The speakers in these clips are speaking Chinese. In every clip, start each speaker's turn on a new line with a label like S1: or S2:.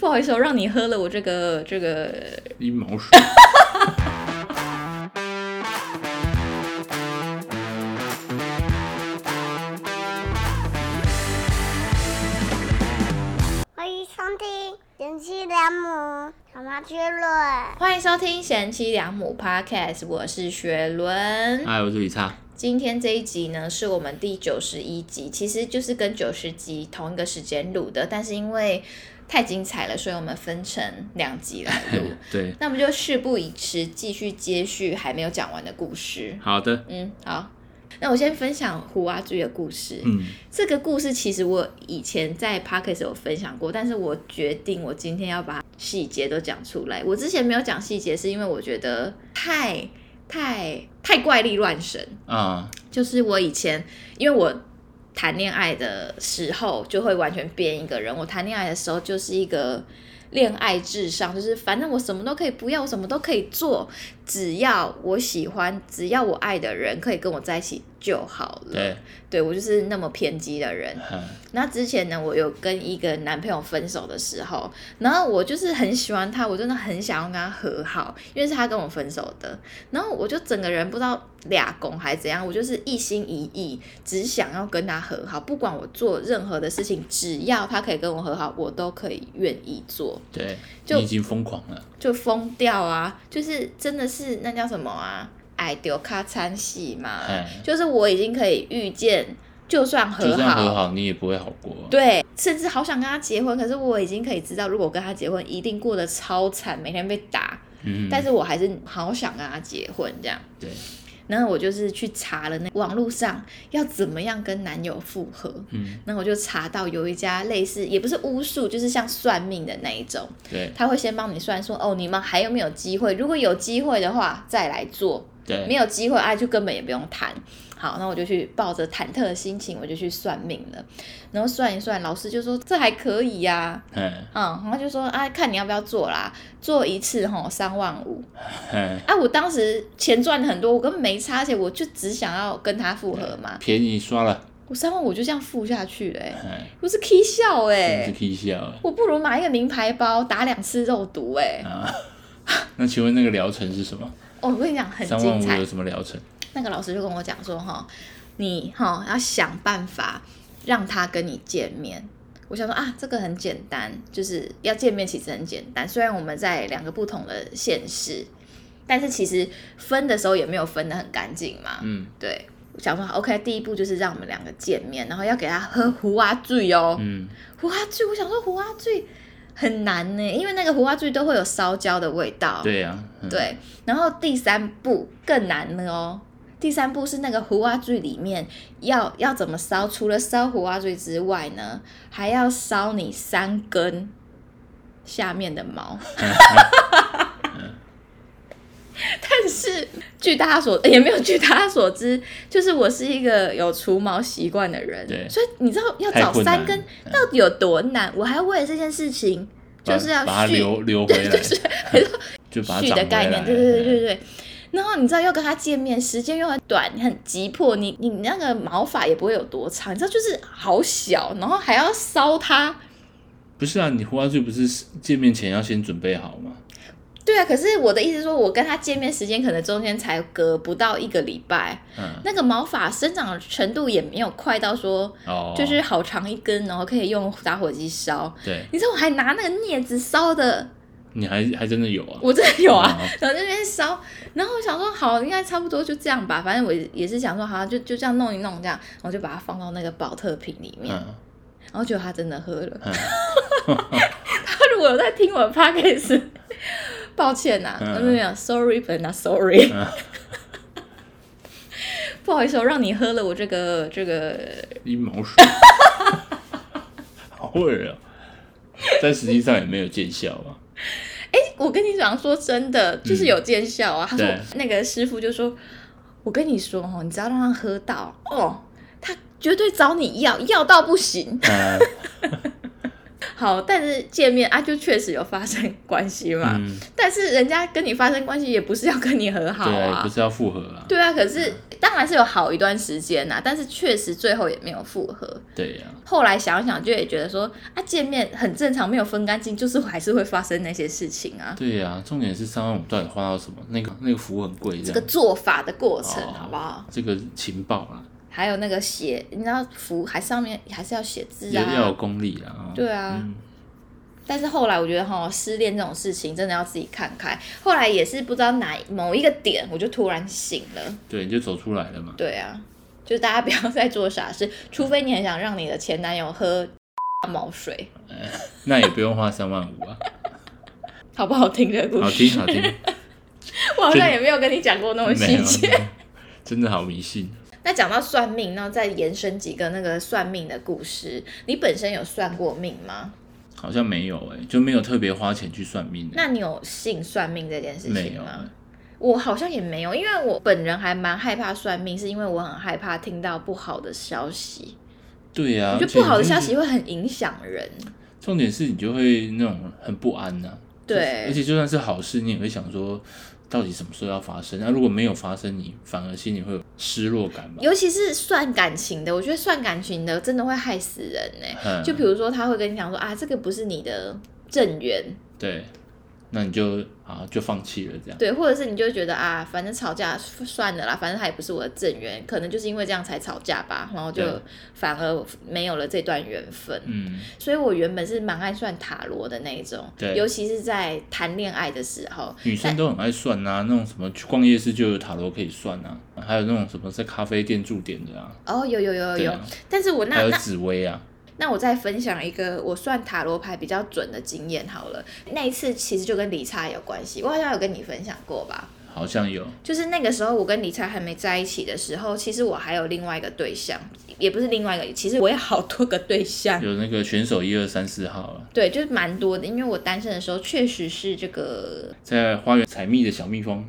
S1: 不好意思、哦，让你喝了我这个这个
S2: 一 毛水。
S3: 欢迎收听《贤妻良母小马趣论》。
S1: 欢迎收听《贤妻良母》Podcast，我是雪伦。
S2: 哎，我是李叉，
S1: 今天这一集呢，是我们第九十一集，其实就是跟九十集同一个时间录的，但是因为太精彩了，所以我们分成两 集来录。
S2: 对，
S1: 那我们就事不宜迟，继续接续还没有讲完的故事。
S2: 好的，
S1: 嗯，好，那我先分享胡阿追的故事。
S2: 嗯，
S1: 这个故事其实我以前在 p o d c a s t 有分享过，但是我决定我今天要把细节都讲出来。我之前没有讲细节，是因为我觉得太太太怪力乱神。
S2: 啊、
S1: 就是我以前，因为我谈恋爱的时候就会完全变一个人。我谈恋爱的时候就是一个恋爱至上，就是反正我什么都可以不要，我什么都可以做，只要我喜欢，只要我爱的人可以跟我在一起就好了。
S2: 对，
S1: 对我就是那么偏激的人。
S2: 嗯
S1: 那之前呢，我有跟一个男朋友分手的时候，然后我就是很喜欢他，我真的很想要跟他和好，因为是他跟我分手的。然后我就整个人不知道俩公还是怎样，我就是一心一意，只想要跟他和好，不管我做任何的事情，只要他可以跟我和好，我都可以愿意做，
S2: 对，
S1: 就
S2: 你已经疯狂了，
S1: 就疯掉啊！就是真的是那叫什么啊？矮丢咔餐戏嘛，
S2: 哎
S1: 就是我已经可以预见，就算
S2: 就算和好你也不会好过。
S1: 对，甚至好想跟他结婚，可是我已经可以知道，如果我跟他结婚，一定过得超惨，每天被打。
S2: 嗯，
S1: 但是我还是好想跟他结婚这样。
S2: 对，
S1: 然后我就是去查了那网络上要怎么样跟男友复合，
S2: 嗯，
S1: 然后我就查到有一家类似也不是巫术，就是像算命的那一种，
S2: 对
S1: 他会先帮你算说哦，你们还有没有机会？如果有机会的话，再来做。
S2: 对，
S1: 没有机会，哎，就根本也不用谈。好，那我就去抱着忐忑的心情，我就去算命了。然后算一算，老师就说这还可以呀、
S2: 嗯
S1: 嗯，然后就说啊，看你要不要做啦，做一次吼三万五。
S2: 嗯，
S1: 啊，我当时钱赚很多，我根本没差，而且我就只想要跟他复合嘛，
S2: 便宜刷了，
S1: 我三万五就这样付下去了、欸，
S2: 嗯，
S1: 我是 K 笑哎、
S2: 真是 K 笑了
S1: 我不如买一个名牌包，打两次肉毒哎、
S2: 啊。 那请问那个疗程是什么？
S1: 哦，我跟你讲很
S2: 三
S1: 精
S2: 万五
S1: 彩
S2: 有，什么疗程？
S1: 那个老师就跟我讲说，哈，你哈要想办法让他跟你见面。我想说啊，这个很简单，就是要见面其实很简单。虽然我们在两个不同的县市，但是其实分的时候也没有分的很干净嘛。
S2: 嗯
S1: 对，我想说 OK，第一步就是让我们两个见面，然后要给他喝胡阿醉哦，
S2: 嗯，
S1: 胡阿醉。我想说胡阿醉很难呢，因为那个胡阿醉都会有烧焦的味道。
S2: 对呀，嗯，
S1: 对，然后第三步更难了哦。第三步是那个胡阿醉里面要要怎么烧？除了烧胡阿醉之外呢，还要烧你三根下面的毛。但是据大家所也没有据大家所知，就是我是一个有除毛习惯的人，
S2: 对
S1: 所以你知道要
S2: 太
S1: 找
S2: 困难
S1: 三
S2: 了
S1: 根
S2: 嗯
S1: 到底有多难？我还为了这件事情
S2: 把
S1: 就是要
S2: 把它
S1: 续
S2: 留留回来，就把它
S1: 续
S2: 长
S1: 的
S2: 回
S1: 概
S2: 来
S1: 念，对对对对对。然后你知道要跟他见面，时间又很短，很急迫，你你那个毛发也不会有多长，你知道就是好小，然后还要烧它。
S2: 不是啊，你胡花醉不是见面前要先准备好吗？
S1: 对啊，可是我的意思是说，我跟他见面时间可能中间才隔不到一个礼拜，
S2: 嗯，
S1: 那个毛发生长的程度也没有快到说
S2: 哦，
S1: 就是好长一根，然后可以用打火机烧。
S2: 对，
S1: 你知道我还拿那个镊子烧的，
S2: 你还还真的有啊，
S1: 我真的有啊
S2: 嗯，
S1: 然后在那边烧，然后我想说好，应该差不多就这样吧，反正我也是想说好，就就这样弄一弄这样，我就把它放到那个保特瓶里面，
S2: 嗯
S1: 然后结果他真的喝了。
S2: 嗯，
S1: 他如果有在听我的 podcast，抱歉呐、
S2: 嗯
S1: 没有没有，sorry but not sorry，、
S2: 嗯
S1: 不好意思、哦，让你喝了我这个这个，
S2: 一毛水，好恶啊！但实际上也没有见效 啊。
S1: 我跟你讲说真的，就是有见效啊。他说
S2: 嗯对
S1: 那个师傅就说，我跟你说哦，你只要让他喝到嗯哦，他绝对找你要，要到不行。
S2: 嗯
S1: 好，但是见面啊，就确实有发生关系嘛。
S2: 嗯，
S1: 但是人家跟你发生关系，也不是要跟你和好
S2: 对啊，
S1: 啊
S2: 也不。是要复合啊，
S1: 对啊，可是当然是有好一段时间呐、但是确实最后也没有复合。
S2: 对呀、
S1: 后来想想，就也觉得说啊，见面很正常，没有分干净，就是还是会发生那些事情啊。
S2: 对呀、重点是三万五到底花到什么？那个那个服务很贵，这
S1: 这
S2: 样
S1: 个做法的过程，
S2: 啊哦
S1: 好不好？
S2: 这个情报啊啦，
S1: 还有那个写，你知道符还上面还是要写字
S2: 也要有
S1: 啊。
S2: 功力啦。哦
S1: 对啊
S2: 嗯
S1: 但是后来我觉得哈，失恋这种事情真的要自己看开。后来也是不知道哪某一个点，我就突然醒了。
S2: 对，你就走出来了嘛。
S1: 对啊，就是大家不要再做傻事，除非你很想让你的前男友喝毛水，
S2: 那也不用花三万五啊，
S1: 好 不好听的故事？
S2: 好听好听，
S1: 我好像也没有跟你讲过那么
S2: 没
S1: 细
S2: 有
S1: 节。，
S2: 真的好迷信。
S1: 那讲到算命，那再延伸几个那个算命的故事。你本身有算过命吗？
S2: 好像没有哎、就没有特别花钱去算命、欸。
S1: 那你有信算命这件事
S2: 没
S1: 情
S2: 有
S1: 吗
S2: 欸？
S1: 我好像也没有，因为我本人还蛮害怕算命，是因为我很害怕听到不好的消息。
S2: 对呀、啊，
S1: 我觉得
S2: 而且
S1: 不好的
S2: 就是
S1: 消息会很影响人。
S2: 重点是你就会那种很不安呐、
S1: 对
S2: 而且就算是好事，你也会想说，到底什么时候要发生？那、如果没有发生，你反而心里会有失落感吧？
S1: 尤其是算感情的，我觉得算感情的真的会害死人呢、
S2: 嗯
S1: 就比如说，他会跟你讲说啊，这个不是你的正缘，
S2: 对，那你就啊就放弃了这样。
S1: 对，或者是你就会觉得啊，反正吵架算了啦，反正他也不是我的正缘，可能就是因为这样才吵架吧，然后就
S2: 对
S1: 反而没有了这段缘分。
S2: 嗯，
S1: 所以我原本是蛮爱算塔罗的那一种，
S2: 对
S1: 尤其是在谈恋爱的时候，
S2: 女生都很爱算呐、那种什么去逛夜市就有塔罗可以算呐、还有那种什么在咖啡店驻点的啊，
S1: 哦，有有有有
S2: 对
S1: 有，
S2: 啊，
S1: 但是我
S2: 还
S1: 那
S2: 有
S1: 那
S2: 紫薇啊，
S1: 那我再分享一个我算塔罗牌比较准的经验好了，那一次其实就跟理查有关系，我好像有跟你分享过吧，
S2: 好像有，
S1: 就是那个时候，我跟理查还没在一起的时候，其实我还有另外一个对象，也不是另外一个，其实我有好多个对象，
S2: 有那个选手一二三四号啊，
S1: 对，就是蛮多的。因为我单身的时候，确实是这个，
S2: 在花园采蜜的小蜜蜂，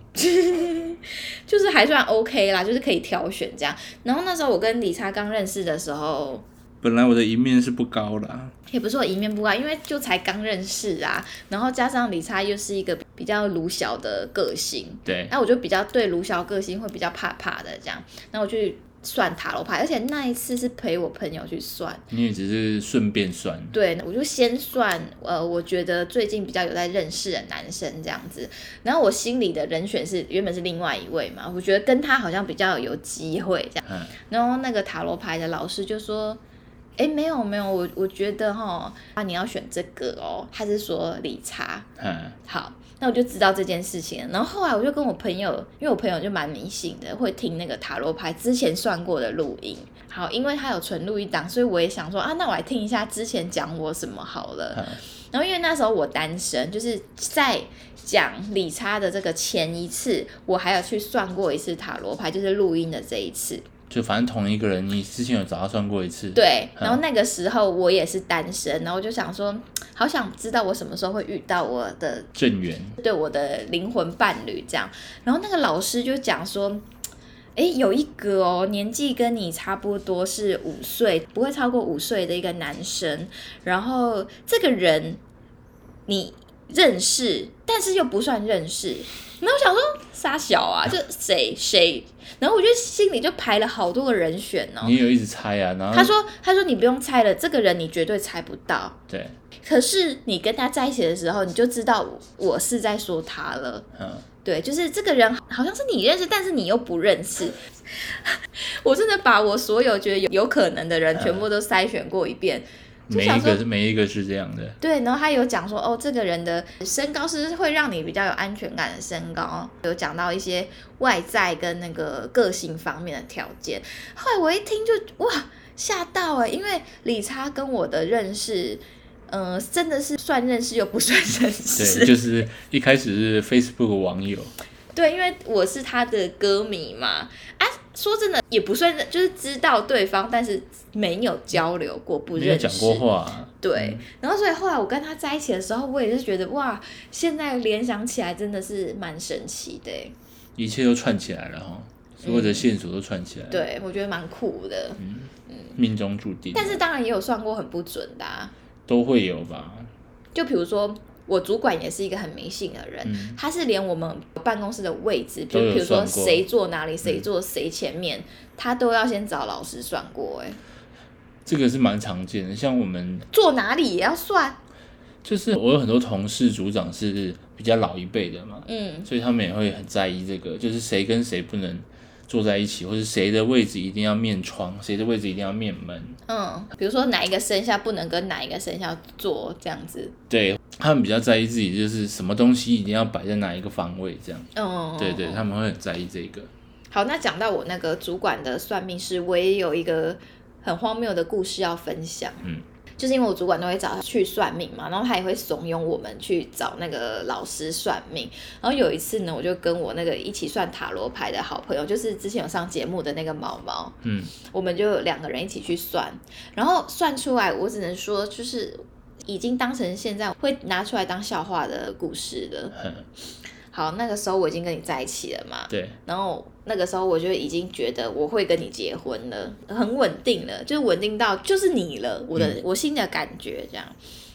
S1: 就是还算 OK 啦，就是可以挑选这样。然后那时候我跟理查刚认识的时候，
S2: 本来我的啊赢面是不高啦，
S1: 也不是我一面不爱，因为就才刚认识啊，然后加上理查又是一个比较鲁小的个性，
S2: 对，
S1: 那我就比较对卢晓个性会比较怕怕的这样，那我去算塔罗牌，而且那一次是陪我朋友去算，
S2: 你也只是顺便算，
S1: 对，我就先算呃，我觉得最近比较有在认识的男生这样子，然后我心里的人选是原本是另外一位嘛，我觉得跟他好像比较有机会这样，
S2: 嗯，
S1: 然后那个塔罗牌的老师就说。哎，没有没有，我我觉得哈，啊你要选这个哦，他是说理查，
S2: 嗯，
S1: 好，那我就知道这件事情了。然后后来我就跟我朋友，因为我朋友就蛮迷信的，会听那个塔罗牌之前算过的录音。好，因为他有存录一档，所以我也想说啊，那我来听一下之前讲我什么好了。
S2: 嗯
S1: 然后因为那时候我单身，就是在讲理查的这个前一次，我还有去算过一次塔罗牌，就是录音的这一次。
S2: 就反正同一个人，你之前有找他算过一次，，
S1: 对，
S2: 嗯
S1: 然后那个时候我也是单身，然后我就想说，好想知道我什么时候会遇到我的
S2: 正缘，
S1: 对我的呃灵魂伴侣这样。然后那个老师就讲说。诶，有一个哦，年纪跟你差不多是五岁，不会超过五岁的一个男生。然后这个人你认识，但是又不算认识。然后我想说傻小啊，就谁谁？然后我就心里就排了好多个人选哦。
S2: 你也有一直猜啊，然后
S1: 他说他说你不用猜了，这个人你绝对猜不到。
S2: 对，
S1: 可是你跟他在一起的时候，你就知道我我是在说他了。
S2: 嗯，
S1: 对，就是这个人好像是你认识，但是你又不认识。 我真的把我所有觉得有有可能的人全部都筛选过一遍。就
S2: 每
S1: 想
S2: 一
S1: 说
S2: 个是每一个是这样的，
S1: 对，然后他有讲说，哦，这个人的身高是会让你比较有安全感的身高，有讲到一些外在跟那个个性方面的条件。后来我一听就哇吓到哎、因为理查跟我的认识，嗯、真的是算认识又不算认识，
S2: 对，就是一开始是 Facebook 网友，
S1: 对，因为我是他的歌迷嘛，啊，说真的也不算，就是知道对方，但是没有交流过，不
S2: 没有
S1: 认识。
S2: 讲过话啊，
S1: 对，然后所以后来我跟他在一起的时候，我也是觉得哇，现在联想起来真的是蛮神奇的欸，
S2: 一切都串起来了哈，所有的线索都串
S1: 嗯
S2: 起来了，
S1: 对我觉得蛮酷的。
S2: 命中注定，
S1: 但是当然也有算过很不准的、啊，
S2: 都会有吧？
S1: 就比如说，我主管也是一个很迷信的人，
S2: 嗯
S1: 他是连我们办公室的位置，就
S2: 都有
S1: 比如说
S2: 算过嗯
S1: 谁坐哪里，谁坐谁前面，他都要先找老师算过、哎，
S2: 这个是蛮常见的。像我们
S1: 坐哪里也要算。
S2: 就是我有很多同事组长是比较老一辈的嘛，
S1: 嗯，
S2: 所以他们也会很在意这个，就是谁跟谁不能坐在一起，或是谁的位置一定要面窗，谁的位置一定要面门。
S1: 嗯，比如说哪一个生肖不能跟哪一个生肖坐这样子。
S2: 对他们比较在意自己，就是什么东西一定要摆在哪一个方位，这样。
S1: 嗯，
S2: 对对，他们会很在意这个。
S1: 好，那讲到我那个主管的算命师，我也有一个很荒谬的故事要分享。
S2: 嗯，
S1: 就是因为我主管都会找他去算命嘛，然后他也会怂恿我们去找那个老师算命。然后有一次呢，我就跟我那个一起算塔罗牌的好朋友，就是之前有上节目的那个毛毛，
S2: 嗯，
S1: 我们就两个人一起去算，然后算出来，我只能说就是已经当成现在会拿出来当笑话的故事了。
S2: 哼，
S1: 好，那个时候我已经跟你在一起了嘛，
S2: 对，
S1: 然后那个时候我就已经觉得我会跟你结婚了，很稳定了，就是稳定到就是你了，我的、
S2: 嗯
S1: 我心里的感觉这样。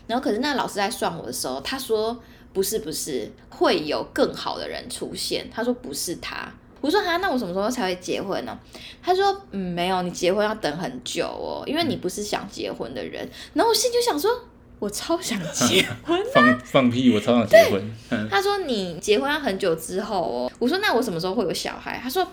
S1: 然后可是那老师在算我的时候，他说不是不是，会有更好的人出现。他说不是他，我说哈，那我什么时候才会结婚呢、他说嗯没有，你结婚要等很久哦，因为你不是想结婚的人。然后我心里就想说，我超想结婚。
S2: 放放屁，我超想结 婚。 嗯，
S1: 他说你结婚要很久之后哦。我说那我什么时候会有小孩？他说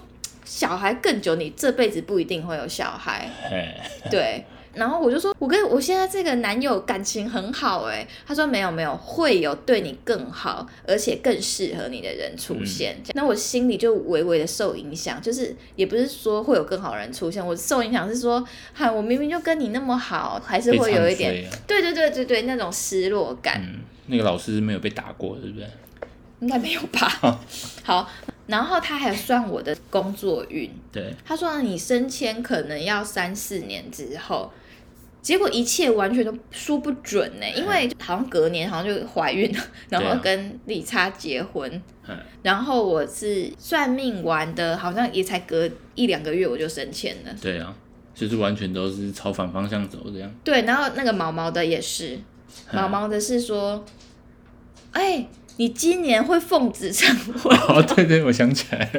S1: 小孩更久，你这辈子不一定会有小孩。
S2: 嘿，
S1: 对。然后我就说，我跟我现在这个男友感情很好哎、他说没有没有，会有对你更好，而且更适合你的人出现。
S2: 嗯
S1: 那我心里就微微的受影响，就是也不是说会有更好的人出现，我受影响是说，嗨，我明明就跟你那么好，还是
S2: 被
S1: 会有一
S2: 唱
S1: 点，
S2: 衰了。
S1: 对对对对对，那种失落感。
S2: 嗯，那个老师没有被打过，对不对？
S1: 应该没有 吧？好，然后他还算我的工作运，
S2: 对，
S1: 他说啊你升迁可能要三四年之后，结果一切完全都说不准呢、因为好像隔年好像就怀孕了， 然
S2: 嗯对
S1: 后
S2: 啊
S1: 跟李差结婚，
S2: 嗯，
S1: 然后我是算命完的，好像也才隔一两个月我就升迁了。
S2: 对啊，就是完全都是朝反方向走 这样。
S1: 对，然后那个毛毛的也是，
S2: 嗯
S1: 毛毛的是说，哎、你今年会奉子成婚。
S2: 哦，对对，我想起来了，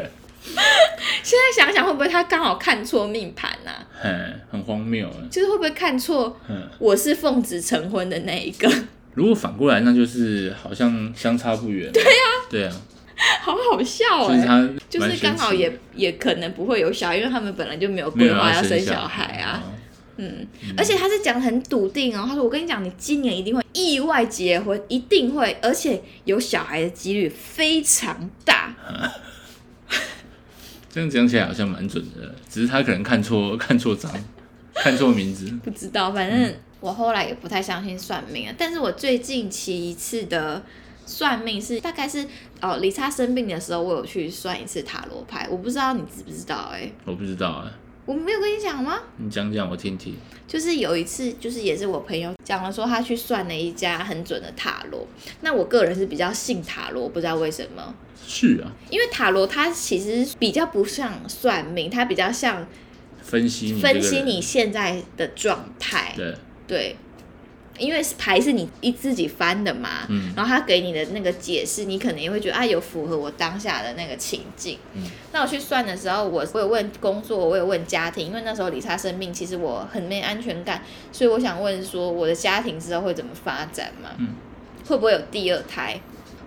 S1: 现在想想，会不会他刚好看错命盘呐、啊？
S2: 很很荒谬啊。
S1: 就是会不会看错
S2: 嗯，
S1: 我是奉子成婚的那一个？
S2: 如果反过来，那就是好像相差不远。对啊，对啊，
S1: 好好笑
S2: 就是
S1: 哎、
S2: 他
S1: 就
S2: 蛮
S1: 是
S2: 神
S1: 刚好
S2: 奇的
S1: 也也可能不会有小孩，因为他们本来就没有
S2: 没
S1: 规
S2: 有
S1: 划
S2: 要
S1: 生
S2: 小
S1: 孩啊。
S2: 哦
S1: 嗯，而且他是讲得很笃定哦，他说我跟你讲，你今年一定会意外结婚，一定会，而且有小孩的几率非常大。
S2: 这样讲起来好像蛮准的，只是他可能看错 看错章，看错名字。
S1: 不知道，反
S2: 嗯
S1: 正我后来也不太相信算命了。但是我最近期一次的算命是大概是哦，李莎生病的时候，我有去算一次塔罗牌。我不知道你知不知道、欸？哎，
S2: 我不知道啊，
S1: 我没有跟你讲吗？
S2: 你讲讲我听听。
S1: 就是有一次，就是也是我朋友讲了说他去算了一家很准的塔罗。那我个人是比较信塔罗，不知道为什么，
S2: 是啊，
S1: 因为塔罗它其实比较不像算命，它比较像
S2: 分析嗯你这个
S1: 分
S2: 人
S1: 析你现在的状态。
S2: 对，
S1: 对，因为牌是你一自己翻的嘛，
S2: 嗯
S1: 然后他给你的那个解释，你可能也会觉得啊，有符合我当下的那个情境。
S2: 嗯
S1: 那我去算的时候，我我有问工作，我有问家庭，因为那时候理查生病，其实我很没安全感，所以我想问说我的家庭之后会怎么发展嘛？
S2: 嗯
S1: 会不会有第二胎？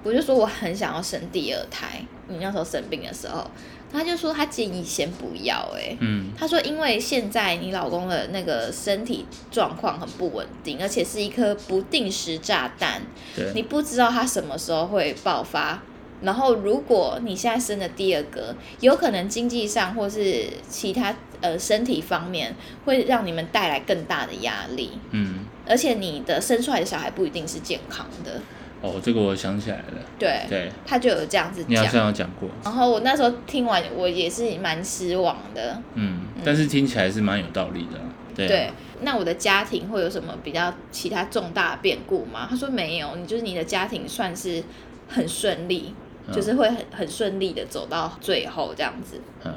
S1: 我就说我很想要生第二胎。你那时候生病的时候，他就说他建议先不要、欸，
S2: 嗯
S1: 他说，因为现在你老公的那个身体状况很不稳定，而且是一颗不定时炸弹，
S2: 对，
S1: 你不知道他什么时候会爆发。然后，如果你现在生了第二个，有可能经济上或是其他呃身体方面会让你们带来更大的压力，
S2: 嗯
S1: 而且你的生出来的小孩不一定是健康的。
S2: 哦，这个我想起来了，
S1: 对，
S2: 对，
S1: 他就有这样子
S2: 你好
S1: 讲。
S2: 像有讲过，
S1: 然后我那时候听完，我也是蛮失望的。
S2: 嗯，但是听起来是蛮有道理的啊，对
S1: 对
S2: 啊，，
S1: 那我的家庭会有什么比较其他重大变故吗？他说没有，你就是你的家庭算是很顺利，
S2: 嗯
S1: 就是会很很顺利的走到最后这样子。
S2: 嗯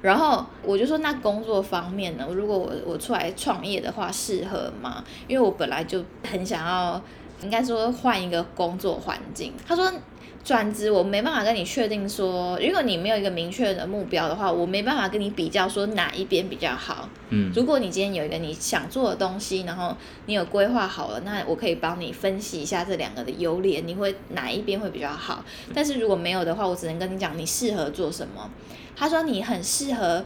S1: 然后我就说，那工作方面呢？如果我我出来创业的话，适合吗？因为我本来就很想要，应该说换一个工作环境。他说。转职我没办法跟你确定说，如果你没有一个明确的目标的话，我没办法跟你比较说哪一边比较好。
S2: 嗯，
S1: 如果你今天有一个你想做的东西，然后你有规划好了，那我可以帮你分析一下这两个的优劣，你会哪一边会比较好。但是如果没有的话，我只能跟你讲你适合做什么。他说你很适合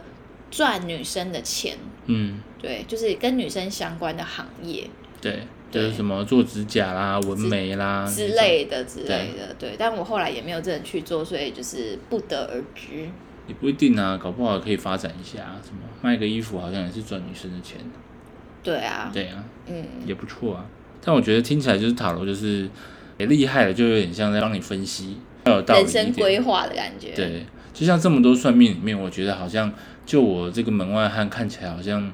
S1: 赚女生的钱，
S2: 嗯，
S1: 对，就是跟女生相关的行业
S2: 对，就
S1: 对
S2: 是什么做指甲啦、纹
S1: 之
S2: 眉啦
S1: 之
S2: 那种
S1: 类的之类的，对。但我后来也没有真的去做，所以就是不得而知。
S2: 也不一定啊，搞不好可以发展一下，什么卖个衣服好像也是赚女生的钱，
S1: 嗯对啊，
S2: 对啊，
S1: 嗯，
S2: 也不错啊。但我觉得听起来就是塔罗就是也厉害了，就有点像在帮你分析，要有道理
S1: 人
S2: 一点
S1: 生规划的感觉。，
S2: 对，就像这么多算命里面，我觉得好像就我这个门外汉看起来，好像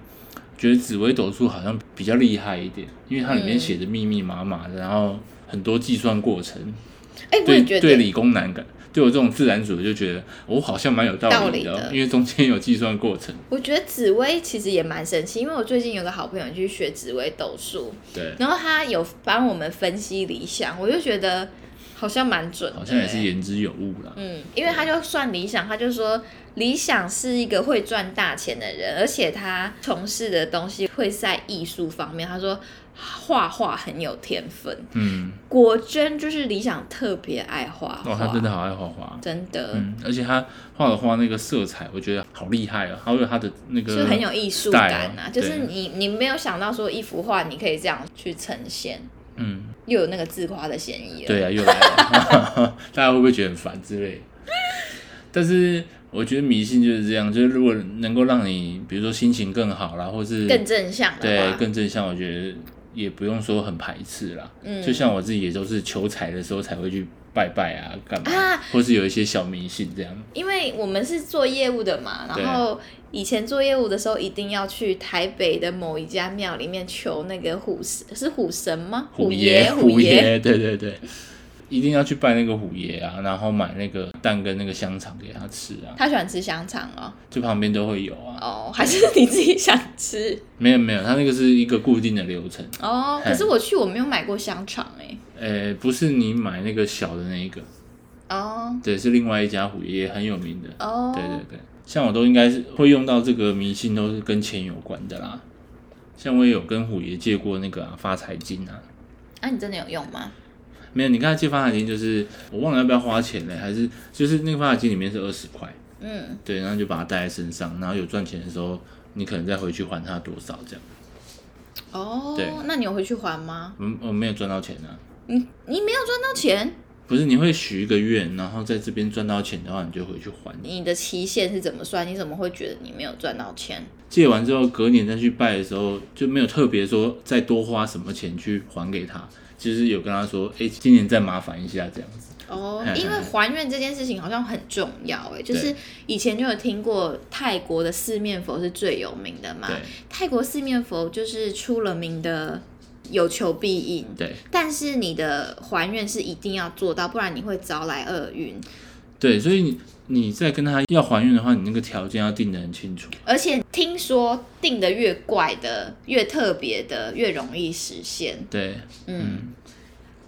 S2: 觉得紫微斗数好像比较厉害一点，因为它里面
S1: 嗯
S2: 写的密密麻麻的，然后很多计算过程，
S1: 哎、我
S2: 对
S1: 也觉
S2: 对
S1: 得。
S2: 理工男感。对我这种自然组的就觉得我、好像蛮有道
S1: 道
S2: 理
S1: 理
S2: 的哦，
S1: 的
S2: 因为中间有计算过程。
S1: 我觉得紫薇其实也蛮神奇，因为我最近有个好朋友去学紫薇斗数，
S2: 对，
S1: 然后他有帮我们分析理想，我就觉得好像蛮准的、
S2: 好像也是
S1: 欸
S2: 言之有物啦。
S1: 嗯，因为他就算理想，他就说理想是一个会赚大钱的人，而且他从事的东西会在艺术方面。他说画画很有天分，
S2: 嗯，
S1: 果真就是理想特别爱画画，
S2: 哦，他真的好爱画画。
S1: 真的
S2: 嗯，而且他画的画那个色彩，我觉得好厉害哦，还有他的那个
S1: 就很有艺术感
S2: style
S1: 啊，就是
S2: 对
S1: 你你没有想到说一幅画你可以这样去呈现，
S2: 嗯，
S1: 又有那个自夸的嫌疑了。
S2: 对啊，又 来了，大家会不会觉得很烦之类的？但是我觉得迷信就是这样，就是如果能够让你，比如说心情更好啦，或是
S1: 更正向的
S2: 对
S1: 话，
S2: 更正向，我觉得也不用说很排斥啦。
S1: 嗯
S2: 就像我自己也都是求财的时候才会去拜拜啊，干嘛，
S1: 啊
S2: 或是有一些小迷信这样。
S1: 因为我们是做业务的嘛，
S2: 对
S1: 然后以前做业务的时候，一定要去台北的某一家庙里面求那个虎神，是虎神吗？
S2: 虎
S1: 爷，
S2: 虎
S1: 爷，
S2: 爷， 对对对，一定要去拜那个虎爷啊，然后买那个蛋跟那个香肠给他吃啊，
S1: 他喜欢吃香肠哦，
S2: 就旁边都会有啊。
S1: 哦， 还是你自己想吃
S2: 没有没有，他那个是一个固定的流程。
S1: 哦？
S2: 嘿
S1: 可是我去我没有买过香肠哎、
S2: 呃，不是你买那个小的那一个，
S1: 哦
S2: 对，是另外一家虎爷，也很有名的。
S1: 哦，
S2: 对对对，像我都应该是会用到这个迷信，都是跟钱有关的啦。像我也有跟虎爷借过那个、啊、发财金啊，
S1: 那、你真的有用吗？
S2: 没有，你看他借发财金就是我忘了要不要花钱嘞，还是就是那个发财金里面是二十块，
S1: 嗯，
S2: 对，然后就把它带在身上，然后有赚钱的时候，你可能再回去还他多少这样。
S1: 哦
S2: 对，
S1: 那你有回去还吗？
S2: 嗯，我没有赚到钱啊，
S1: 你你没有赚到钱，
S2: 不是你会许一个愿，然后在这边赚到钱的话，你就回去还。
S1: 你的期限是怎么算？你怎么会觉得你没有赚到钱？
S2: 借完之后，隔年再去拜的时候，就没有特别说再多花什么钱去还给他，就是有跟他说，哎、今年再麻烦一下这样子。
S1: 哦
S2: 嘿，嘿
S1: 因为还愿这件事情好像很重要哎，就是
S2: 嗯对
S1: 以前就有听过泰国的四面佛是最有名的嘛，
S2: 对
S1: 泰国四面佛就是出了名的有求必应，
S2: 对
S1: 但是你的还愿是一定要做到，不然你会招来厄运，
S2: 对，所以你你在跟他要还愿的话，你那个条件要定得很清楚。
S1: 而且听说定的越怪的、越特别的越容易实现，
S2: 对，
S1: 嗯。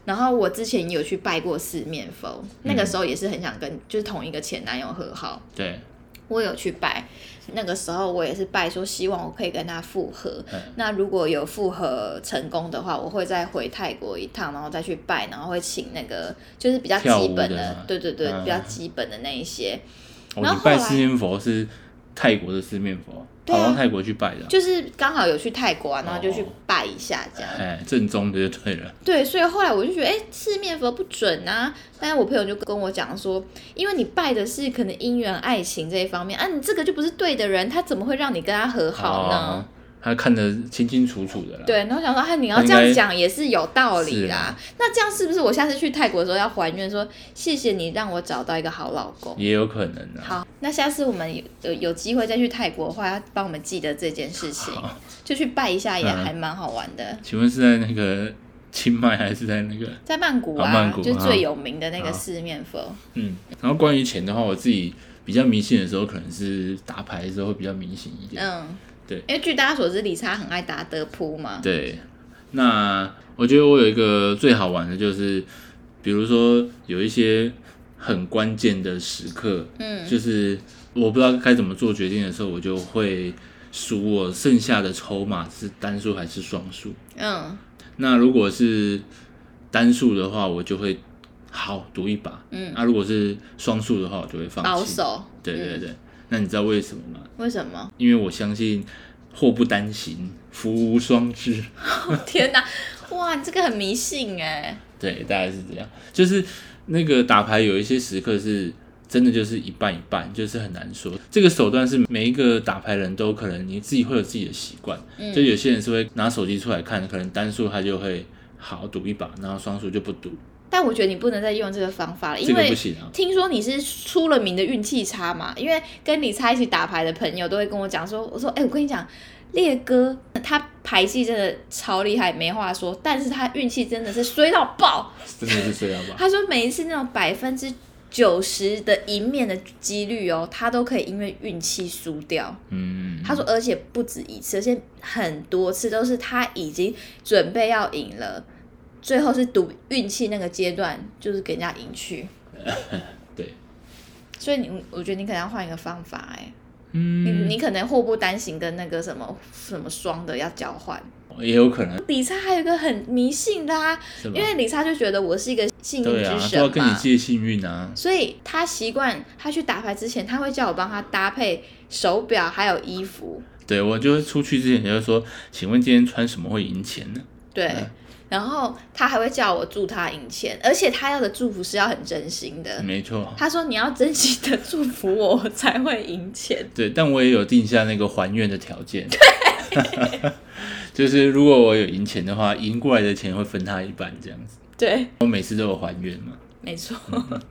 S1: 然后我之前有去拜过四面
S2: 嗯
S1: 佛，那个时候也是很想跟就是同一个前男友和好，
S2: 对，
S1: 我有去拜，那个时候我也是拜说希望我可以跟他复合。
S2: 嗯
S1: 那如果有复合成功的话，我会再回泰国一趟，然后再去拜，然后会请那个就是比较
S2: 跳舞
S1: 基本的，
S2: 的啊
S1: 对对对，
S2: 嗯
S1: 比较基本的那一些，
S2: 我、
S1: 然
S2: 哦、
S1: 后
S2: 你拜
S1: 后来
S2: 四面佛是泰国的四面佛，
S1: 对啊
S2: 跑到泰国去拜的啊、
S1: 就是刚好有去泰国啊，然后就去
S2: 哦
S1: 拜一下这样。
S2: 哎，正宗的就对了。
S1: 对，所以后来我就觉得，哎，四面佛不准啊。但是我朋友就跟我讲说，因为你拜的是可能姻缘、爱情这一方面啊，你这个就不是对的人，他怎么会让你跟他和好呢？
S2: 哦，他看得清清楚楚的啦。
S1: 对，然后想说，哎，你要
S2: 那
S1: 这
S2: 应该
S1: 样讲也是有道
S2: 是
S1: 理啦
S2: 啊。
S1: 那这样是不是我下次去泰国的时候要还愿说，谢谢你让我找到一个好老公？
S2: 也有可能啊。
S1: 好，那下次我们有有有机会再去泰国的话，要帮我们记得这件事情，就去拜一下也
S2: 嗯
S1: 还蛮好玩的。
S2: 请问是在那个清迈还是在那个
S1: 在曼谷啊，
S2: 啊曼谷
S1: 就
S2: 啊
S1: 最有名的那个
S2: 好
S1: 四面佛。
S2: 嗯，然后关于钱的话，我自己比较迷信的时候，可能是打牌的时候会比较迷信一点。
S1: 嗯，
S2: 对
S1: 因为据大家所知，理查很爱打德扑嘛。
S2: 对，那我觉得我有一个最好玩的就是，比如说有一些很关键的时刻，
S1: 嗯
S2: 就是我不知道该怎么做决定的时候，我就会数我剩下的筹码是单数还是双数。
S1: 嗯
S2: 那如果是单数的话，我就会好赌一把。
S1: 嗯，
S2: 那如果是双数的话，我就会放弃。
S1: 保守。
S2: 对对
S1: 嗯
S2: 对，那你知道为什么吗？
S1: 为什么？
S2: 因为我相信祸不单行，福无双至。
S1: 天哪，哇，你这个很迷信哎。
S2: 对，大概是这样。就是那个打牌有一些时刻是真的就是一半一半，就是很难说。这个手段是每一个打牌人都可能你自己会有自己的习惯，
S1: 嗯
S2: 就有些人是会拿手机出来看，可能单数他就会好赌一把，然后双数就不赌，
S1: 但我觉得你不能再用这个方法了，
S2: 这
S1: 因
S2: 个
S1: 为
S2: 不行啊。
S1: 听说你是出了名的运气差嘛，因为跟理查一起打牌的朋友都会跟我讲说，我说，哎、我跟你讲，烈哥他牌技真的超厉害，没话说，但是他运气真的是衰到爆。
S2: 真的是这样吧？
S1: 他说每一次那种百分之九十的赢面的几率哦，他都可以因为运气输掉。
S2: 嗯，
S1: 他说，而且不止一次，而且很多次都是他已经准备要赢了，最后是赌运气那个阶段，就是给人家赢去。
S2: 对，
S1: 所以你，我觉得你可能要换一个方法、哎、你
S2: 嗯，
S1: 你可能祸不单行跟那个什么什么双的要交换。
S2: 也有可能
S1: 理查还有一个很迷信的啊，
S2: 是吧
S1: 因？为理查就觉得我是一个幸运
S2: 对啊
S1: 之，
S2: 都要
S1: 神
S2: 跟你
S1: 嘛，
S2: 借幸运啊。
S1: 所以他习惯他去打牌之前，他会叫我帮他搭配手表还有衣服，
S2: 对我就会出去之前就会说，请问今天穿什么会赢钱呢？
S1: 对。
S2: 嗯
S1: 然后他还会叫我祝他赢钱，而且他要的祝福是要很真心的。
S2: 没错，
S1: 他说：“你要真心的祝福我，我才会赢钱。
S2: 对，但我也有定下那个还愿的条件。对， 就是如果我有赢钱的话，赢过来的钱会分他一半这样子。”
S1: 对，
S2: 我每次都有还愿嘛，
S1: 没错。
S2: 嗯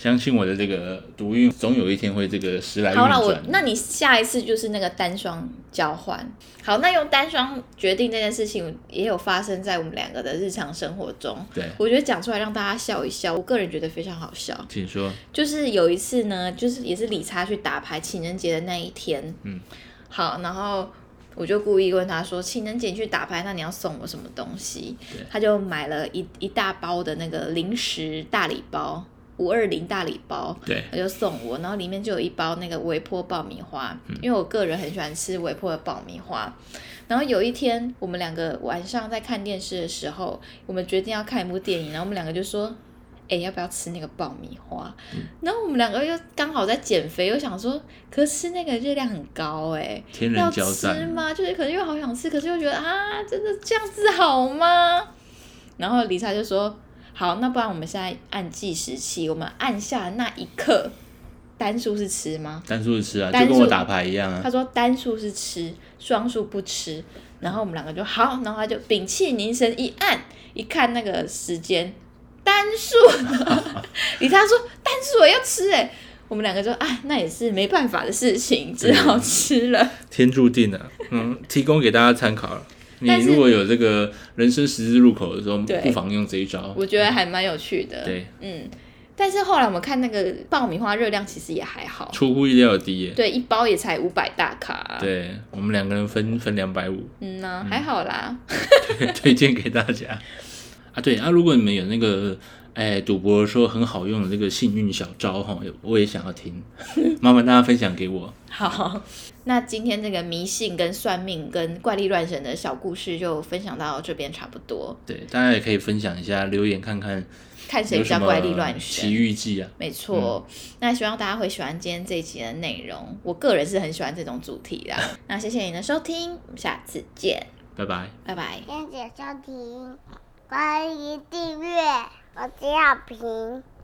S2: 相信我的这个赌运，总有一天会这个时来运
S1: 好了，我
S2: 转。
S1: 那你下一次就是那个单双交换。好，那用单双决定这件事情也有发生在我们两个的日常生活中。
S2: 对，
S1: 我觉得讲出来让大家笑一笑，我个人觉得非常好笑。
S2: 请说。
S1: 就是有一次呢，就是也是理查去打牌，情人节的那一天，
S2: 嗯，
S1: 好，然后我就故意问他说，情人节去打牌，那你要送我什么东西
S2: 对？
S1: 他就买了一一大包的那个零食大礼包，五二零大礼包，
S2: 对，
S1: 他就送我，然后里面就有一包那个微波爆米花，因为我个人很喜欢吃微波的爆米花。然后有一天，我们两个晚上在看电视的时候，我们决定要看一部电影，然后我们两个就说。哎、要不要吃那个爆米花？然后我们两个又刚好在减肥，又想说，可是吃那个热量很高哎、
S2: 天人
S1: 要
S2: 交
S1: 吃
S2: 战。
S1: 吗？就是可是又好想吃，可是又觉得啊，真的这样子好吗？然后李莎就说：“好，那不然我们现在按计时器，我们按下那一刻，单数是吃吗
S2: 单数吃啊，
S1: 单
S2: 就
S1: 数
S2: 跟我打牌一样？”
S1: 他
S2: 啊。
S1: 说：“单数是吃，双数不吃。”然后我们两个就好，然后他就屏气凝神一按，一看那个时间，单数。 李莎说：“单数我要吃哎、我们两个就啊，那也是没办法的事情，只好
S2: 嗯
S1: 吃了。
S2: 天注定啊，嗯，提供给大家参考。你
S1: 但是
S2: 如果有这个人生十字路口的时候，
S1: 对
S2: 不妨用这一招。
S1: 我觉得还蛮有趣的。
S2: 对，
S1: 嗯，但是后来我们看那个爆米花热量其实也还好，
S2: 出乎意料的低耶。
S1: 对，一包也才五百大卡、啊。，
S2: 对我们两个人分分两 百五，
S1: 嗯呐、还好啦。
S2: 推荐给大家啊。对啊，如果你们有那个哎赌博说很好用的这个幸运小招哈，我也想要 听，麻烦大家分享给我。
S1: 好，那今天这个迷信跟算命跟怪力乱神的小故事就分享到这边差不多，
S2: 对，大家也可以分享一下，留言看看
S1: 看谁
S2: 有
S1: 比
S2: 什
S1: 较
S2: 么
S1: 怪力乱
S2: 奇
S1: 神。
S2: 遇记啊。
S1: 没错，那希望大家会喜欢今天这一集的内容。我个人是很喜欢这种主题的。那谢谢你的收听，我们下次见，
S2: 拜拜。
S1: 拜拜。
S3: 谢谢收听，欢迎订阅，我是小平。